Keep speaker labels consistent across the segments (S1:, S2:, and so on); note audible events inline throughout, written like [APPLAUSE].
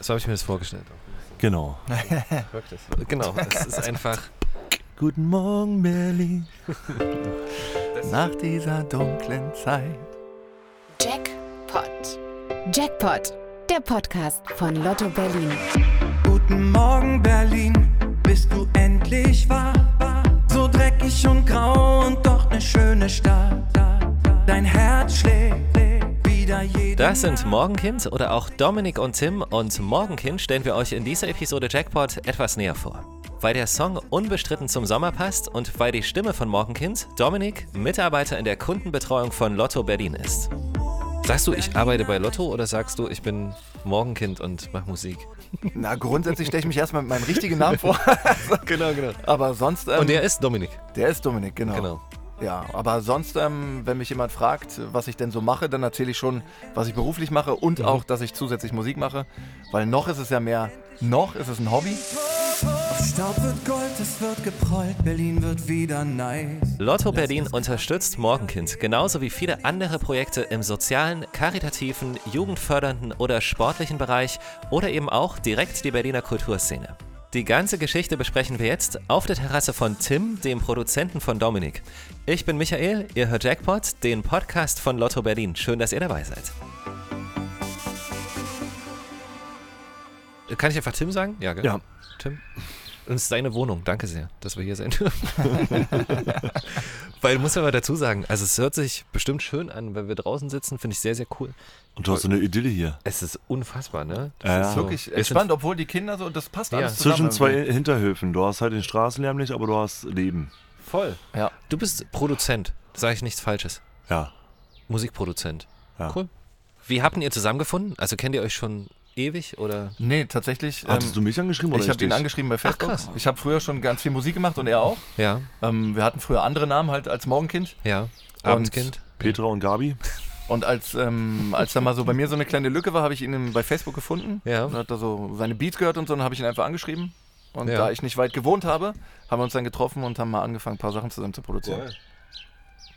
S1: So habe ich mir das vorgestellt.
S2: Genau.
S1: Wirklich. [LAUGHS] Genau, es ist einfach.
S2: Guten Morgen, Berlin. Nach dieser dunklen Zeit.
S3: Jackpot. Jackpot, der Podcast von Lotto Berlin.
S4: Guten Morgen Berlin, bist du endlich wach? So dreckig und grau und doch eine schöne Stadt. Dein Herz schlägt wieder jeden
S1: Das sind Morgenkind oder auch Dominik und Tim und Morgenkind stellen wir euch in dieser Episode Jackpot etwas näher vor. Weil der Song unbestritten zum Sommer passt und weil die Stimme von Morgenkind, Dominik, Mitarbeiter in der Kundenbetreuung von Lotto Berlin ist. Sagst du, ich arbeite bei Lotto oder sagst du, ich bin Morgenkind und mache Musik?
S5: Na, grundsätzlich stelle ich mich erstmal mit meinem richtigen Namen vor. [LAUGHS]
S1: Genau, genau.
S5: Aber sonst. Ähm,
S1: Und der ist Dominik.
S5: der ist Dominik, genau.
S1: Genau.
S5: Ja, aber sonst, ähm, wenn mich jemand fragt, was ich denn so mache, dann erzähle ich schon, was ich beruflich mache und auch, dass ich zusätzlich Musik mache. Weil noch ist es ja mehr, noch ist es ein Hobby.
S4: Aus Staub wird Gold, es wird geprollt, Berlin wird wieder nice.
S1: Lotto Berlin unterstützt Morgenkind genauso wie viele andere Projekte im sozialen, karitativen, jugendfördernden oder sportlichen Bereich oder eben auch direkt die Berliner Kulturszene. Die ganze Geschichte besprechen wir jetzt auf der Terrasse von Tim, dem Produzenten von Dominik. Ich bin Michael, ihr hört Jackpot, den Podcast von Lotto Berlin. Schön, dass ihr dabei seid. Kann ich einfach Tim sagen? Ja, gell?
S2: Ja.
S1: Tim. Und es ist deine Wohnung. Danke sehr, dass wir hier sein dürfen. Weil, muss aber dazu sagen, also es hört sich bestimmt schön an, wenn wir draußen sitzen, finde ich sehr, sehr cool.
S2: Und du hast so eine Idylle hier.
S1: Es ist unfassbar, ne?
S2: Ja.
S5: Das ist Also, wirklich
S1: Wir
S5: entspannt, obwohl die Kinder so, das passt
S1: Ja.
S5: alles
S2: Zwischen
S5: zusammen.
S2: zwei Hinterhöfen. Du hast halt den Straßenlärm nicht, aber du hast Leben.
S1: sind voll.
S5: Ja.
S1: Du bist Produzent, sage ich nichts Falsches.
S2: Ja.
S1: Musikproduzent.
S2: Ja.
S1: Cool. Wie habt ihr zusammengefunden? Also kennt ihr euch schon ewig oder?
S5: Nee, tatsächlich.
S2: Hattest
S5: ähm,
S2: du mich angeschrieben oder
S5: ich habe
S2: dich?
S5: ihn angeschrieben bei Facebook.
S1: krass.
S5: Ich habe früher schon ganz viel Musik gemacht und er auch.
S1: Ja,
S5: Ähm, wir hatten früher andere Namen halt als Morgenkind.
S1: ja. Abendkind.
S2: Petra und Gabi?
S5: Und als, ähm, als da mal so bei mir so eine kleine Lücke war, habe ich ihn im- bei Facebook gefunden.
S1: Ja.
S5: Und hat da so seine Beats gehört und so, und dann habe ich ihn einfach angeschrieben. Und
S1: Ja.
S5: da ich nicht weit gewohnt habe, haben wir uns dann getroffen und haben mal angefangen, ein paar Sachen zusammen zu produzieren.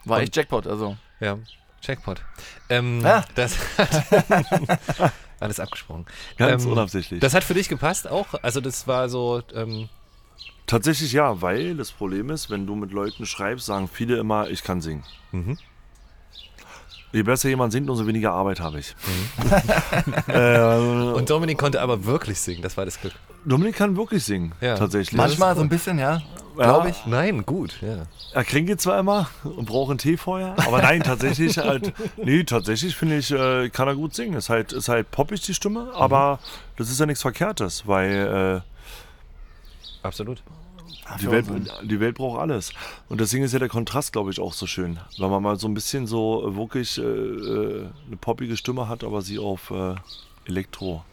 S5: War echt Jackpot, also.
S1: Ja. Jackpot. Ähm,
S5: Ah.
S2: [LAUGHS]
S1: Das hat [LAUGHS] alles abgesprochen.
S2: Ganz
S1: Ähm,
S2: unabsichtlich.
S1: Das hat für dich gepasst auch? Also das war so, ähm,
S2: Tatsächlich ja, weil das Problem ist, wenn du mit Leuten schreibst, sagen viele immer, ich kann singen.
S1: Mhm.
S2: Je besser jemand singt, umso weniger Arbeit habe ich. [LAUGHS] äh,
S1: und Dominik konnte aber wirklich singen, das war das Glück.
S2: Dominik kann wirklich singen,
S1: Ja.
S2: tatsächlich.
S5: Manchmal so ein bisschen, ja, glaube ich.
S1: Ah, Nein, gut, ja.
S2: Er krinkelt zwar immer und braucht einen Tee vorher, aber nein, tatsächlich halt, nee, tatsächlich finde ich, äh, kann er gut singen. Ist halt, ist halt poppig die Stimme, aber das ist ja nichts Verkehrtes, weil
S1: Absolut.
S2: äh, die, Welt, die Welt braucht alles. Und deswegen ist ja der Kontrast, glaube ich, auch so schön, weil man mal so ein bisschen so äh, wirklich äh, äh, eine poppige Stimme hat, aber sie auf äh, Elektro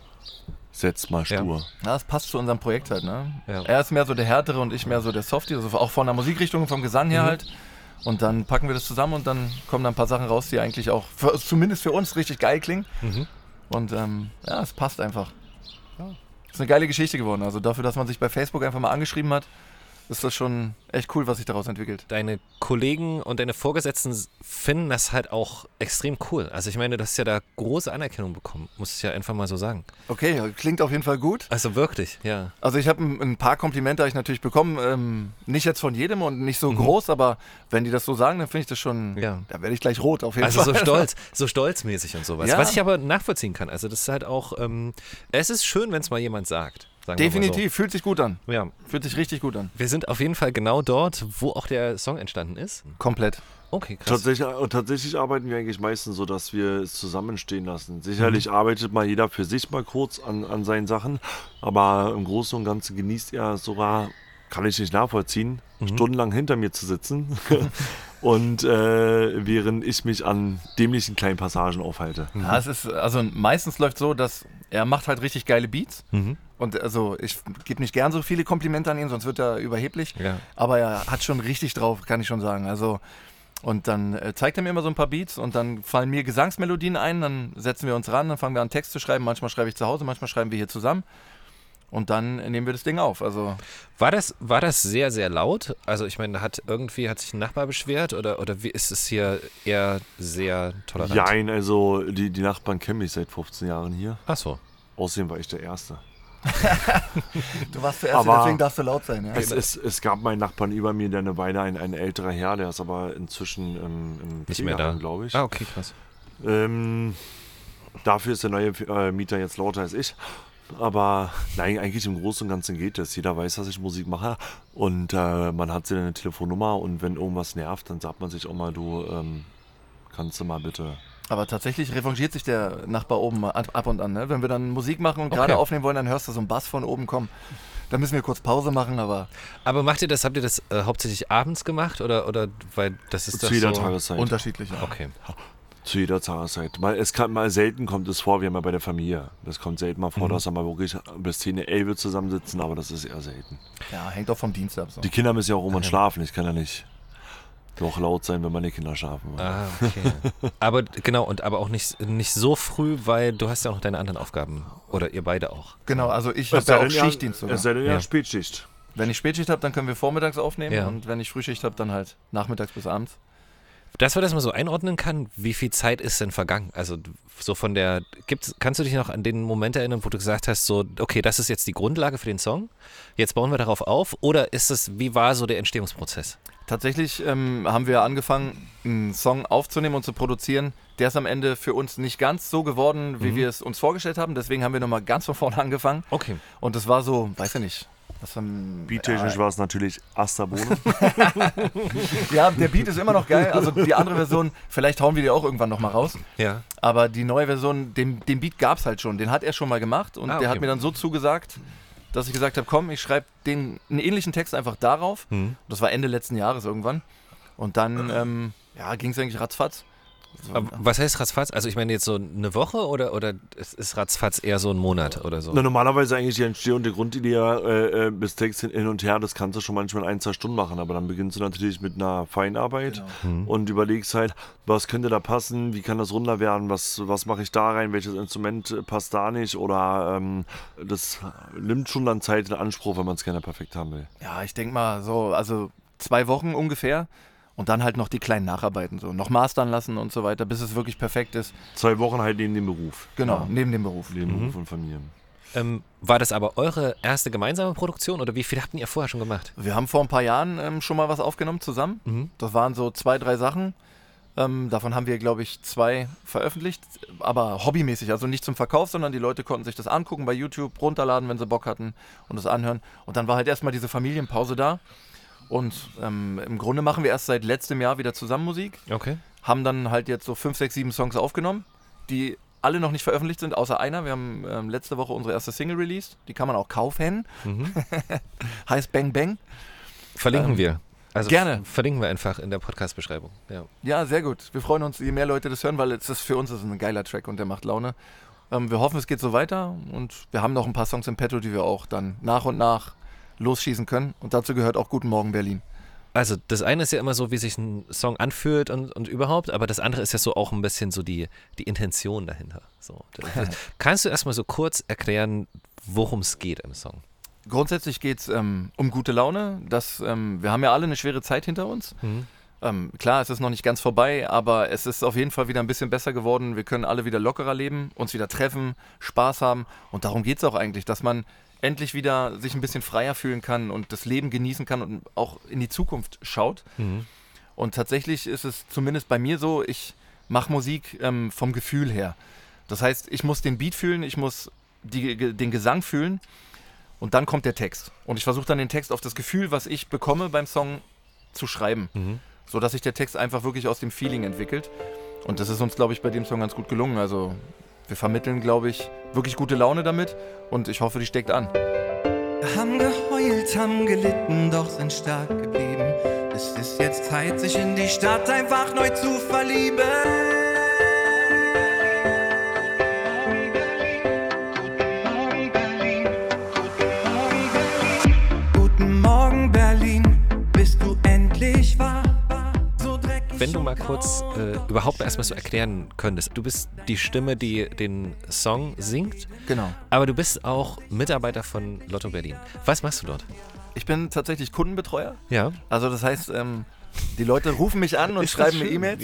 S2: setzt mal
S1: Ja.
S2: stur.
S5: Ja, das passt zu unserem Projekt halt, ne?
S1: Ja.
S5: Er ist mehr so der Härtere und ich mehr so der Softie, also auch von der Musikrichtung und vom Gesang her halt. Und dann packen wir das zusammen und dann kommen da ein paar Sachen raus, die eigentlich auch, für, zumindest für uns, richtig geil klingen. Und ähm, ja, es passt einfach. Ist eine geile Geschichte geworden. Also dafür, dass man sich bei Facebook einfach mal angeschrieben hat, ist das schon echt cool, was sich daraus entwickelt.
S1: Deine Kollegen und deine Vorgesetzten s- finden das halt auch extrem cool. Also ich meine, du hast ja da große Anerkennung bekommen, muss ich ja einfach mal so sagen.
S5: Okay, klingt auf jeden Fall gut.
S1: Also wirklich, ja.
S5: Also ich habe ein, ein paar Komplimente habe ich natürlich bekommen, ähm, nicht jetzt von jedem und nicht so groß, aber wenn die das so sagen, dann finde ich das schon,
S1: Mhm. Ja.
S5: da werde ich gleich rot auf jeden
S1: Also
S5: Fall.
S1: so stolz, so stolzmäßig und sowas.
S5: Ja.
S1: Was ich aber nachvollziehen kann. Also das ist halt auch, ähm, es ist schön, wenn es mal jemand sagt. Sagen
S5: [LAUGHS] Definitiv, fühlt sich gut an.
S1: Wir mal so. Ja.
S5: Fühlt sich richtig gut an.
S1: Wir sind auf jeden Fall genau dort, wo auch der Song entstanden ist.
S5: Komplett.
S1: Okay, krass.
S2: Tatsächlich, äh, und tatsächlich arbeiten wir eigentlich meistens so, dass wir es zusammenstehen lassen. Sicherlich
S1: Mhm.
S2: arbeitet mal jeder für sich mal kurz an, an seinen Sachen, aber im Großen und Ganzen genießt er es sogar, kann ich nicht nachvollziehen,
S1: Mhm.
S2: stundenlang hinter mir zu sitzen [LAUGHS] und äh, während ich mich an dämlichen kleinen Passagen aufhalte.
S1: Mhm.
S5: Ja, es ist, also meistens läuft so, dass er macht halt richtig geile Beats.
S1: Mhm.
S5: Und also ich gebe nicht gern so viele Komplimente an ihn, sonst wird er überheblich.
S1: Ja.
S5: Aber er hat schon richtig drauf, kann ich schon sagen. Also und dann äh, zeigt er mir immer so ein paar Beats und dann fallen mir Gesangsmelodien ein, dann setzen wir uns ran, dann fangen wir an Text zu schreiben. Manchmal schreibe ich zu Hause, manchmal schreiben wir hier zusammen. Und dann nehmen wir das Ding auf. Also
S1: War das, war das sehr, sehr laut? Also ich meine, hat irgendwie hat sich ein Nachbar beschwert oder, oder wie ist es hier eher sehr tolerant?
S2: Jein, also die, die Nachbarn kennen mich seit 15 Jahren hier.
S1: Ach so.
S2: Außerdem war ich der Erste.
S5: du warst zuerst,
S2: Aber-
S5: deswegen darfst du laut sein. Ja?
S2: Es, es, es gab meinen Nachbarn über mir, der eine Weile ein, ein älterer Herr, der ist aber inzwischen im, im
S1: Nicht mehr da.
S2: Pflegeheim, glaube ich.
S1: Ah, okay, krass.
S2: Ähm, dafür ist der neue äh, Mieter jetzt lauter als ich. Aber nein, eigentlich im Großen und Ganzen geht es. Jeder weiß, dass ich Musik mache und äh, man hat seine Telefonnummer und wenn irgendwas nervt, dann sagt man sich auch mal, du ähm, kannst du mal bitte.
S5: [LAUGHS] Aber tatsächlich revanchiert sich der Nachbar oben mal ab, ab und an. Ne? Wenn wir dann Musik machen und gerade
S1: Okay.
S5: aufnehmen wollen, dann hörst du so einen Bass von oben kommen. Da müssen wir kurz Pause machen, aber
S1: Aber macht ihr das, habt ihr das äh, hauptsächlich abends gemacht oder, oder weil das ist
S2: Zu
S1: das
S2: jeder
S1: so?
S2: Tageszeit.
S5: unterschiedlich. ja.
S1: Okay.
S2: Zu jeder Tageszeit. Mal, es kann mal selten kommt es vor, wir haben ja bei der Familie. Das kommt selten mal vor, dass wir mal wirklich bis 10 11 zusammensitzen, aber das ist eher selten.
S5: Ja, hängt auch vom Dienst ab. So.
S2: Die Kinder müssen ja auch irgendwann schlafen. Ich kann ja nicht doch laut sein, wenn meine Kinder schlafen. wollen.
S1: Ah, okay. aber genau, und aber auch nicht, nicht so früh, weil du hast ja auch noch deine anderen Aufgaben. Oder ihr beide auch.
S5: Genau, also ich
S2: Es
S5: habe
S2: sei
S5: ja auch
S2: denn, ja-
S5: Schichtdienst sogar.
S2: Es sei denn,
S1: Ja.
S2: ja, Spätschicht.
S5: Wenn ich Spätschicht habe, dann können wir vormittags aufnehmen
S1: Ja.
S5: und wenn ich Frühschicht habe, dann halt nachmittags bis abends.
S1: Dass man das mal so einordnen kann, wie viel Zeit ist denn vergangen? Also so von der, gibt's, kannst du dich noch an den Moment erinnern, wo du gesagt hast, so, okay, das ist jetzt die Grundlage für den Song, jetzt bauen wir darauf auf? Oder ist es, wie war so der Entstehungsprozess?
S5: Tatsächlich ähm, haben wir angefangen, einen Song aufzunehmen und zu produzieren. Der ist am Ende für uns nicht ganz so geworden, wie wir es uns vorgestellt haben. Deswegen haben wir nochmal ganz von vorne angefangen.
S1: Okay.
S5: Und das war so, weiß ich nicht. Das war,
S2: Beattechnisch war es natürlich [LAUGHS] Asterbohne.
S5: ja, der Beat ist immer noch geil. Also die andere Version, vielleicht hauen wir die auch irgendwann nochmal raus.
S1: Ja.
S5: Aber die neue Version, den, den Beat gab es halt schon. Den hat er schon mal gemacht und
S1: Ah,
S5: der
S1: okay.
S5: hat mir dann so zugesagt, dass ich gesagt habe, komm, ich schreibe den einen ähnlichen Text einfach darauf.
S1: Hm.
S5: Das war Ende letzten Jahres irgendwann. Und dann ähm, ja, ging es eigentlich ratzfatz.
S1: Aber was heißt ratzfatz? Also ich meine jetzt so eine Woche oder, oder ist, ist ratzfatz eher so ein Monat oder so?
S2: Na, normalerweise eigentlich die entstehende Grundidee äh, äh, bis Text hin, hin und her, das kannst du schon manchmal ein, zwei Stunden machen, aber dann beginnst du natürlich mit einer Feinarbeit
S5: Genau.
S2: und überlegst halt, was könnte da passen, wie kann das runder werden, was, was mache ich da rein, welches Instrument äh, passt da nicht oder ähm, das nimmt schon dann Zeit in Anspruch, wenn man es gerne perfekt haben will.
S5: Ja, ich denke mal so, also zwei Wochen ungefähr. Und dann halt noch die kleinen Nacharbeiten, so noch mastern lassen und so weiter, bis es wirklich perfekt ist.
S2: Zwei Wochen halt neben dem Beruf.
S5: Genau,
S2: Ja,
S5: neben dem Beruf.
S2: neben dem Beruf und Familie.
S1: Ähm, war das aber eure erste gemeinsame Produktion oder wie viel habt ihr vorher schon gemacht?
S5: Wir haben vor ein paar Jahren ähm, schon mal was aufgenommen zusammen. Das waren so zwei, drei Sachen. Ähm, davon haben wir, glaube ich, zwei veröffentlicht, aber hobbymäßig, also nicht zum Verkauf, sondern die Leute konnten sich das angucken bei YouTube, runterladen, wenn sie Bock hatten und das anhören. Und dann war halt erstmal diese Familienpause da. Und ähm, im Grunde machen wir erst seit letztem Jahr wieder zusammen Musik,
S1: Okay.
S5: haben dann halt jetzt so fünf, sechs, sieben Songs aufgenommen, die alle noch nicht veröffentlicht sind, außer einer. Wir haben ähm, letzte Woche unsere erste Single released, die kann man auch kaufen. [LAUGHS] heißt Bang Bang.
S1: Verlinken
S5: Ähm,
S1: wir. Also
S5: gerne.
S1: f- Verlinken wir einfach in der Podcast-Beschreibung. Ja.
S5: Ja, sehr gut. Wir freuen uns, je mehr Leute das hören, weil es ist für uns ist es ein geiler Track und der macht Laune. Ähm, wir hoffen, es geht so weiter und wir haben noch ein paar Songs im Petto, die wir auch dann nach und nach losschießen können. Und dazu gehört auch Guten Morgen Berlin.
S1: Also das eine ist ja immer so, wie sich ein Song anfühlt und, und überhaupt, aber das andere ist ja so auch ein bisschen so die, die Intention dahinter. So, das, kannst du erstmal so kurz erklären, worum es geht im Song?
S5: Grundsätzlich geht es ähm, um gute Laune. Das, ähm, wir haben ja alle eine schwere Zeit hinter uns. Ähm, klar, es ist noch nicht ganz vorbei, aber es ist auf jeden Fall wieder ein bisschen besser geworden. Wir können alle wieder lockerer leben, uns wieder treffen, Spaß haben. Und darum geht es auch eigentlich, dass man endlich wieder sich ein bisschen freier fühlen kann und das Leben genießen kann und auch in die Zukunft schaut. Und tatsächlich ist es zumindest bei mir so, ich mache Musik ähm, vom Gefühl her. Das heißt, ich muss den Beat fühlen, ich muss die, ge- den Gesang fühlen und dann kommt der Text. Und ich versuche dann den Text auf das Gefühl, was ich bekomme beim Song, zu schreiben.
S4: Mhm.
S5: So dass sich der Text einfach wirklich aus dem Feeling entwickelt. Und das ist uns, glaube ich, bei dem Song ganz gut gelungen. Also wir vermitteln, glaube ich, wirklich gute Laune damit und ich hoffe, die steckt an.
S4: Wir haben geheult, haben gelitten, doch sind stark geblieben. Es ist jetzt Zeit, sich in die Stadt einfach neu zu verlieben. Guten Morgen Berlin, bist du endlich wahr? So dreckig
S1: wenn du mal kurz äh, überhaupt mal erstmal so erklären könntest. Du bist die Stimme, die den Song singt,
S5: Genau.
S1: aber du bist auch Mitarbeiter von Lotto Berlin. Was machst du dort?
S5: Ich bin tatsächlich Kundenbetreuer.
S1: Ja.
S5: Also das heißt, ähm, die Leute rufen mich an und schreiben mir E-Mails.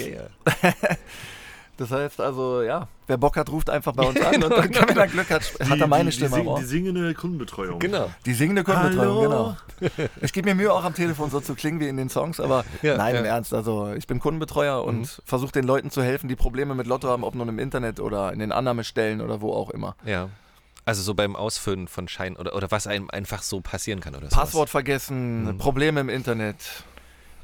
S5: Das heißt also, ja, wer Bock hat, ruft einfach
S4: [LAUGHS]
S5: bei uns
S4: Genau,
S5: an und dann kann, wenn er Glück hat, hat er meine Stimme
S2: Die,
S5: am
S2: sing,
S5: Ohr.
S2: die singende Kundenbetreuung.
S1: Genau.
S5: Die singende Kundenbetreuung,
S2: Hallo.
S5: genau. [LAUGHS] Ich gebe mir Mühe, auch am Telefon so zu klingen wie in den Songs, aber
S1: Ja,
S5: nein, im
S1: ja. Mhm.
S5: Ernst. Also ich bin Kundenbetreuer und versuche den Leuten zu helfen, die Probleme mit Lotto haben, ob nun im Internet oder in den Annahmestellen oder wo auch immer.
S1: Ja. Also so beim Ausfüllen von Scheinen oder, oder was einem einfach so passieren kann oder sowas.
S5: Passwort vergessen,
S1: Mhm.
S5: Probleme im Internet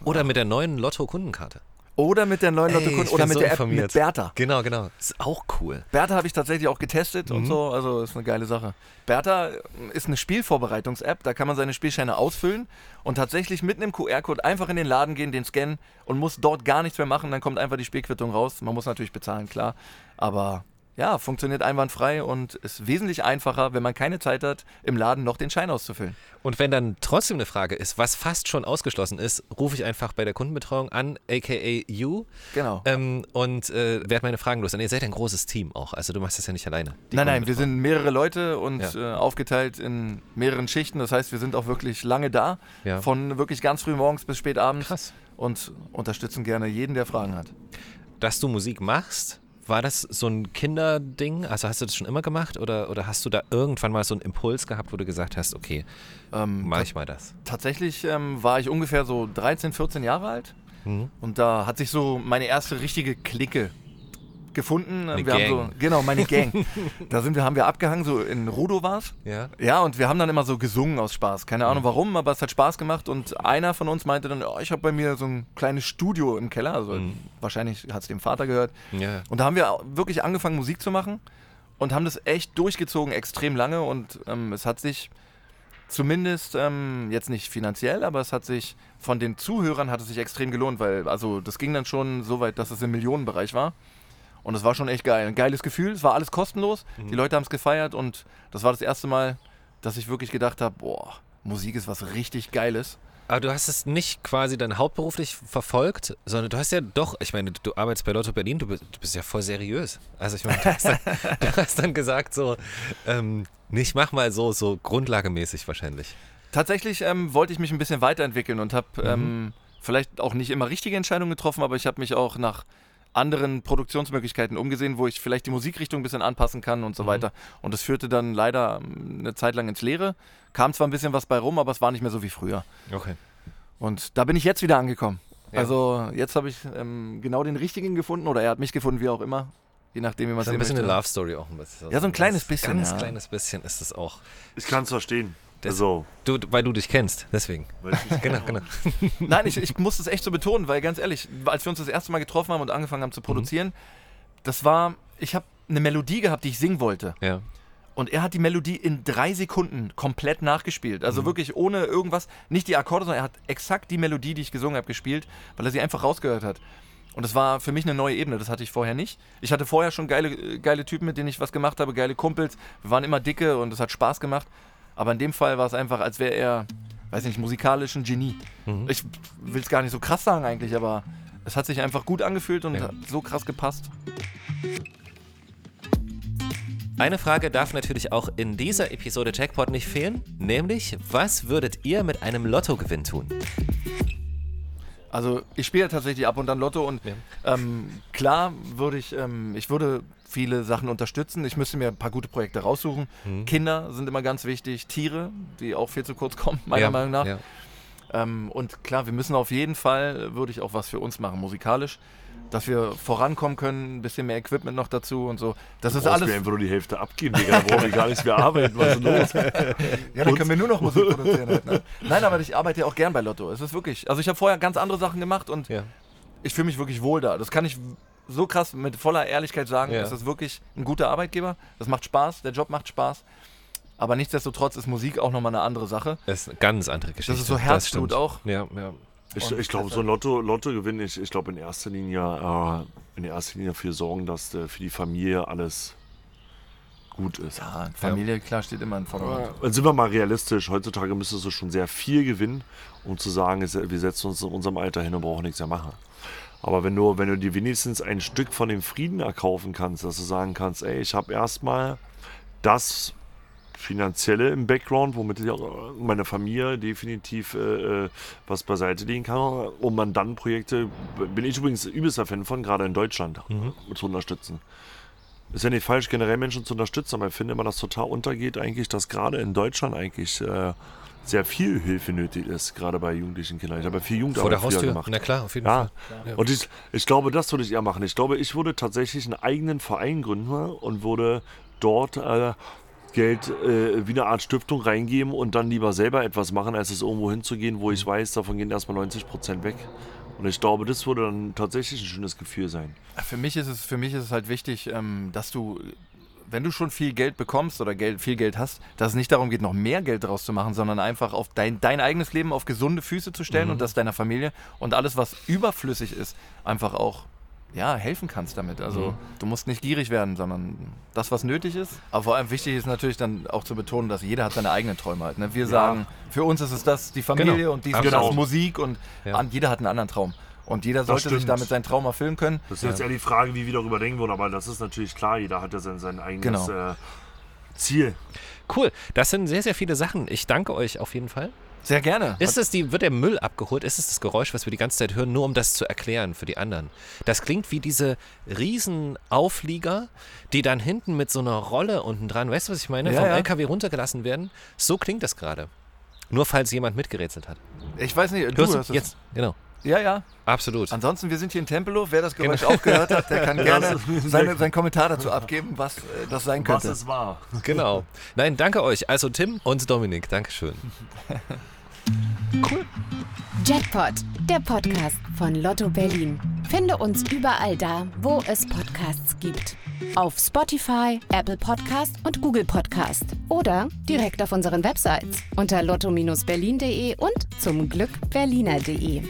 S1: Oder mit der neuen Lotto-Kundenkarte.
S5: oder mit der neuen
S1: Ey, ich
S5: Lotto-Kunde oder
S1: bin
S5: mit
S1: so
S5: der App
S1: informiert.
S5: mit Bertha.
S1: Genau, genau. Ist auch cool.
S5: Bertha habe ich tatsächlich auch getestet und so, also ist eine geile Sache. Bertha äh, ist eine Spielvorbereitungs-App, da kann man seine Spielscheine ausfüllen und tatsächlich mit einem QR-Code einfach in den Laden gehen, den scannen und muss dort gar nichts mehr machen, dann kommt einfach die Spielquittung raus. Man muss natürlich bezahlen, klar, aber ja, funktioniert einwandfrei und ist wesentlich einfacher, wenn man keine Zeit hat, im Laden noch den Schein auszufüllen.
S1: Und wenn dann trotzdem eine Frage ist, was fast schon ausgeschlossen ist, rufe ich einfach bei der Kundenbetreuung an, aka you,
S5: Genau.
S1: ähm, und äh, werde meine Fragen los. Und ihr seid ein großes Team auch, also du machst das ja nicht alleine. Die
S5: nein, nein, wir sind mehrere Leute und
S1: Ja.
S5: äh, aufgeteilt in mehreren Schichten. Das heißt, wir sind auch wirklich lange da.
S1: Ja.
S5: Von wirklich ganz früh morgens bis spät abends.
S1: Krass.
S5: Und unterstützen gerne jeden, der Fragen hat.
S1: dass du Musik machst, war das so ein Kinderding? Also hast du das schon immer gemacht oder, oder hast du da irgendwann mal so einen Impuls gehabt, wo du gesagt hast, okay,
S5: Ähm,
S1: mach ich mal das?
S5: Tatsächlich ähm, war ich ungefähr so 13, 14 Jahre alt.
S1: Mhm.
S5: Und da hat sich so meine erste richtige Clique gefunden.
S1: Eine
S5: wir Haben
S1: Gang.
S5: so, genau, meine Gang.
S1: [LAUGHS]
S5: da sind wir, haben wir abgehangen, so in Rudo war's.
S1: Ja.
S5: Ja, und wir haben dann immer so gesungen aus Spaß. Keine Ahnung warum, aber es hat Spaß gemacht. Und einer von uns meinte dann, oh, ich habe bei mir so ein kleines Studio im Keller. Also wahrscheinlich hat es dem Vater gehört.
S1: Ja.
S5: Und da haben wir wirklich angefangen, Musik zu machen und haben das echt durchgezogen, extrem lange. Und ähm, es hat sich zumindest ähm, jetzt nicht finanziell, aber es hat sich von den Zuhörern hat es sich extrem gelohnt, weil also das ging dann schon so weit, dass es im Millionenbereich war. Und es war schon echt geil. Ein geiles Gefühl. Es war alles kostenlos. Die Leute haben es gefeiert und das war das erste Mal, dass ich wirklich gedacht habe, boah, Musik ist was richtig Geiles.
S1: Aber du hast es nicht quasi dann hauptberuflich verfolgt, sondern du hast ja doch, ich meine, du arbeitest bei Lotto Berlin, du bist, du bist ja voll seriös. Also ich meine, du hast [LAUGHS] dann, du hast dann gesagt so, ähm, nee, ich mach mal so, so grundlagemäßig wahrscheinlich.
S5: Tatsächlich ähm, wollte ich mich ein bisschen weiterentwickeln und
S1: Mhm.
S5: habe ähm, vielleicht auch nicht immer richtige Entscheidungen getroffen, aber ich habe mich auch nach anderen Produktionsmöglichkeiten umgesehen, wo ich vielleicht die Musikrichtung ein bisschen anpassen kann und so
S1: Mhm.
S5: weiter. Und das führte dann leider ähm, eine Zeit lang ins Leere. Kam zwar ein bisschen was bei rum, aber es war nicht mehr so wie früher.
S1: Okay.
S5: Und da bin ich jetzt wieder angekommen.
S1: Ja.
S5: Also jetzt habe ich ähm, genau den richtigen gefunden oder er hat mich gefunden, wie auch immer. Je nachdem, wie man es
S1: Das ist ein bisschen eine Love Story auch ein bisschen.
S5: Ja, so ein kleines bisschen,
S1: Ganz
S5: ja.
S1: kleines bisschen ist es auch.
S2: Ich kann es verstehen.
S1: Das-
S2: also,
S1: Du, weil du dich kennst, deswegen.
S2: weil ich
S1: [LAUGHS]
S2: nicht
S1: Genau, genau.
S5: Nein, ich, ich muss das echt so betonen, weil ganz ehrlich, als wir uns das erste Mal getroffen haben und angefangen haben zu produzieren, das war, ich habe eine Melodie gehabt, die ich singen wollte.
S1: Ja.
S5: Und er hat die Melodie in drei Sekunden komplett nachgespielt. Also wirklich ohne irgendwas, nicht die Akkorde, sondern er hat exakt die Melodie, die ich gesungen habe, gespielt, weil er sie einfach rausgehört hat. Und das war für mich eine neue Ebene, das hatte ich vorher nicht. Ich hatte vorher schon geile, äh, geile Typen, mit denen ich was gemacht habe, geile Kumpels. Wir waren immer dicke und es hat Spaß gemacht. Aber in dem Fall war es einfach, als wäre er, weiß nicht, musikalisch ein Genie. Ich will es gar nicht so krass sagen eigentlich, aber es hat sich einfach gut angefühlt und
S1: Ja.
S5: hat so krass gepasst.
S1: Eine Frage darf natürlich auch in dieser Episode Jackpot nicht fehlen, nämlich was würdet ihr mit einem Lottogewinn tun?
S5: Also ich spiele ja tatsächlich ab und an Lotto und ähm, klar würde ich, ähm, ich würde viele Sachen unterstützen. Ich müsste mir ein paar gute Projekte raussuchen.
S1: Mhm.
S5: Kinder sind immer ganz wichtig, Tiere, die auch viel zu kurz kommen, meiner
S1: Ja,
S5: Meinung nach.
S1: Ja.
S5: Ähm, und klar, wir müssen auf jeden Fall, äh, würde ich auch was für uns machen, musikalisch, dass wir vorankommen können, ein bisschen mehr Equipment noch dazu und so. Das ist
S2: brauchst
S5: alles.
S2: mir einfach nur die Hälfte abgeben, Digga. Da brauchen wir gar nichts mehr arbeiten. Was
S1: [LAUGHS]
S2: ist los?
S5: Ja, dann können wir nur noch Musik produzieren. Halt, ne? Nein, aber ich arbeite ja auch gern bei Lotto. Es ist wirklich. Also ich habe vorher ganz andere Sachen gemacht und
S1: Ja.
S5: ich fühle mich wirklich wohl da. Das kann ich w- so krass mit voller Ehrlichkeit sagen.
S1: Ja.
S5: Es ist wirklich ein guter Arbeitgeber. Das macht Spaß, der Job macht Spaß. Aber nichtsdestotrotz ist Musik auch nochmal eine andere Sache.
S1: Das ist eine ganz andere Geschichte.
S5: Das ist so
S1: stimmt.
S5: Herzblut auch.
S1: Ja, ja.
S2: Ich, ich glaube, so ein Lotto, Lotto gewinne ich, ich glaube, in erster Linie äh, in erster Linie dafür sorgen, dass äh, für die Familie alles gut ist.
S5: Ja, Familie, klar, steht immer im Vordergrund.
S2: Dann also sind wir mal realistisch. Heutzutage müsstest du schon sehr viel gewinnen, um zu sagen, es- wir setzen uns in unserem Alter hin und brauchen nichts mehr machen. Aber wenn du, wenn du dir wenigstens ein Stück von dem Frieden erkaufen kannst, dass du sagen kannst, ey, ich habe erstmal das Finanzielle im Background, womit ich auch meine Familie definitiv äh, äh, was beiseite legen kann, um dann dann Projekte, bin ich übrigens übelster Fan von, gerade in Deutschland,
S1: Mhm.
S2: äh, zu unterstützen. Ist ja nicht falsch, generell Menschen zu unterstützen, aber ich finde immer, dass total untergeht eigentlich, dass gerade in Deutschland eigentlich äh, sehr viel Hilfe nötig ist, gerade bei jugendlichen Kindern. Ich habe ja viel
S1: Vor
S2: Jugendarbeit
S1: der
S2: früher
S1: Haustür.
S2: gemacht.
S1: Na klar, auf jeden
S2: Ja.
S1: Fall.
S2: Und ich, ich glaube, das würde ich eher machen. Ich glaube, ich würde tatsächlich einen eigenen Verein gründen ne, und würde dort äh, Geld äh, wie eine Art Stiftung reingeben und dann lieber selber etwas machen, als es irgendwo hinzugehen, wo ich weiß, davon gehen erstmal 90 Prozent weg. Und ich glaube, das würde dann tatsächlich ein schönes Gefühl sein.
S5: Für mich ist es, für mich ist es halt wichtig, ähm, dass du, wenn du schon viel Geld bekommst oder Geld, viel Geld hast, dass es nicht darum geht, noch mehr Geld draus zu machen, sondern einfach auf dein, dein eigenes Leben auf gesunde Füße zu stellen
S1: Mhm.
S5: und das deiner Familie und alles, was überflüssig ist, einfach auch ja, helfen kannst damit.
S1: Mhm.
S5: Also du musst nicht gierig werden, sondern das, was nötig ist. Aber vor allem wichtig ist natürlich dann auch zu betonen, dass jeder hat seine eigenen Träume halt. Ne? Wir sagen, für uns ist es das, die Familie
S1: Genau.
S5: und dies,
S1: Absolut.
S5: das Musik und
S1: Ja.
S5: an- jeder hat einen anderen Traum. Und jeder sollte sich
S2: stimmt.
S5: damit seinen Traum erfüllen können.
S2: Das ist jetzt eher die Frage, wie wir darüber denken würden, aber das ist natürlich klar, jeder hat ja sein, sein eigenes
S5: Genau.
S2: äh, Ziel.
S1: Cool. Das sind sehr, sehr viele Sachen. Ich danke euch auf jeden Fall.
S5: Sehr gerne.
S1: Ist es die, wird der Müll abgeholt? Ist es das Geräusch, was wir die ganze Zeit hören, nur um das zu erklären für die anderen? Das klingt wie diese Riesenauflieger, die dann hinten mit so einer Rolle unten dran, weißt du, was ich meine?
S5: Ja,
S1: Vom
S5: ja.
S1: LKW runtergelassen werden. So klingt das gerade. Nur falls jemand mitgerätselt hat.
S5: Ich weiß nicht, du
S1: Hörst
S5: hörst
S1: du? Jetzt, genau.
S5: es. Ja, ja.
S1: Absolut.
S5: Ansonsten, wir sind hier in Tempelhof. Wer das Geräusch auch gehört hat, der kann gerne seine, seinen Kommentar dazu abgeben, was äh, das sein könnte.
S2: wahr?
S1: Genau. Nein, danke euch. Also Tim und Dominik, Dankeschön.
S3: Jackpot, der Podcast von Lotto Berlin. Finde uns überall da, wo es Podcasts gibt. Auf Spotify, Apple Podcast und Google Podcast. Oder direkt auf unseren Websites unter lotto-berlin.de und zum Glück berliner.de.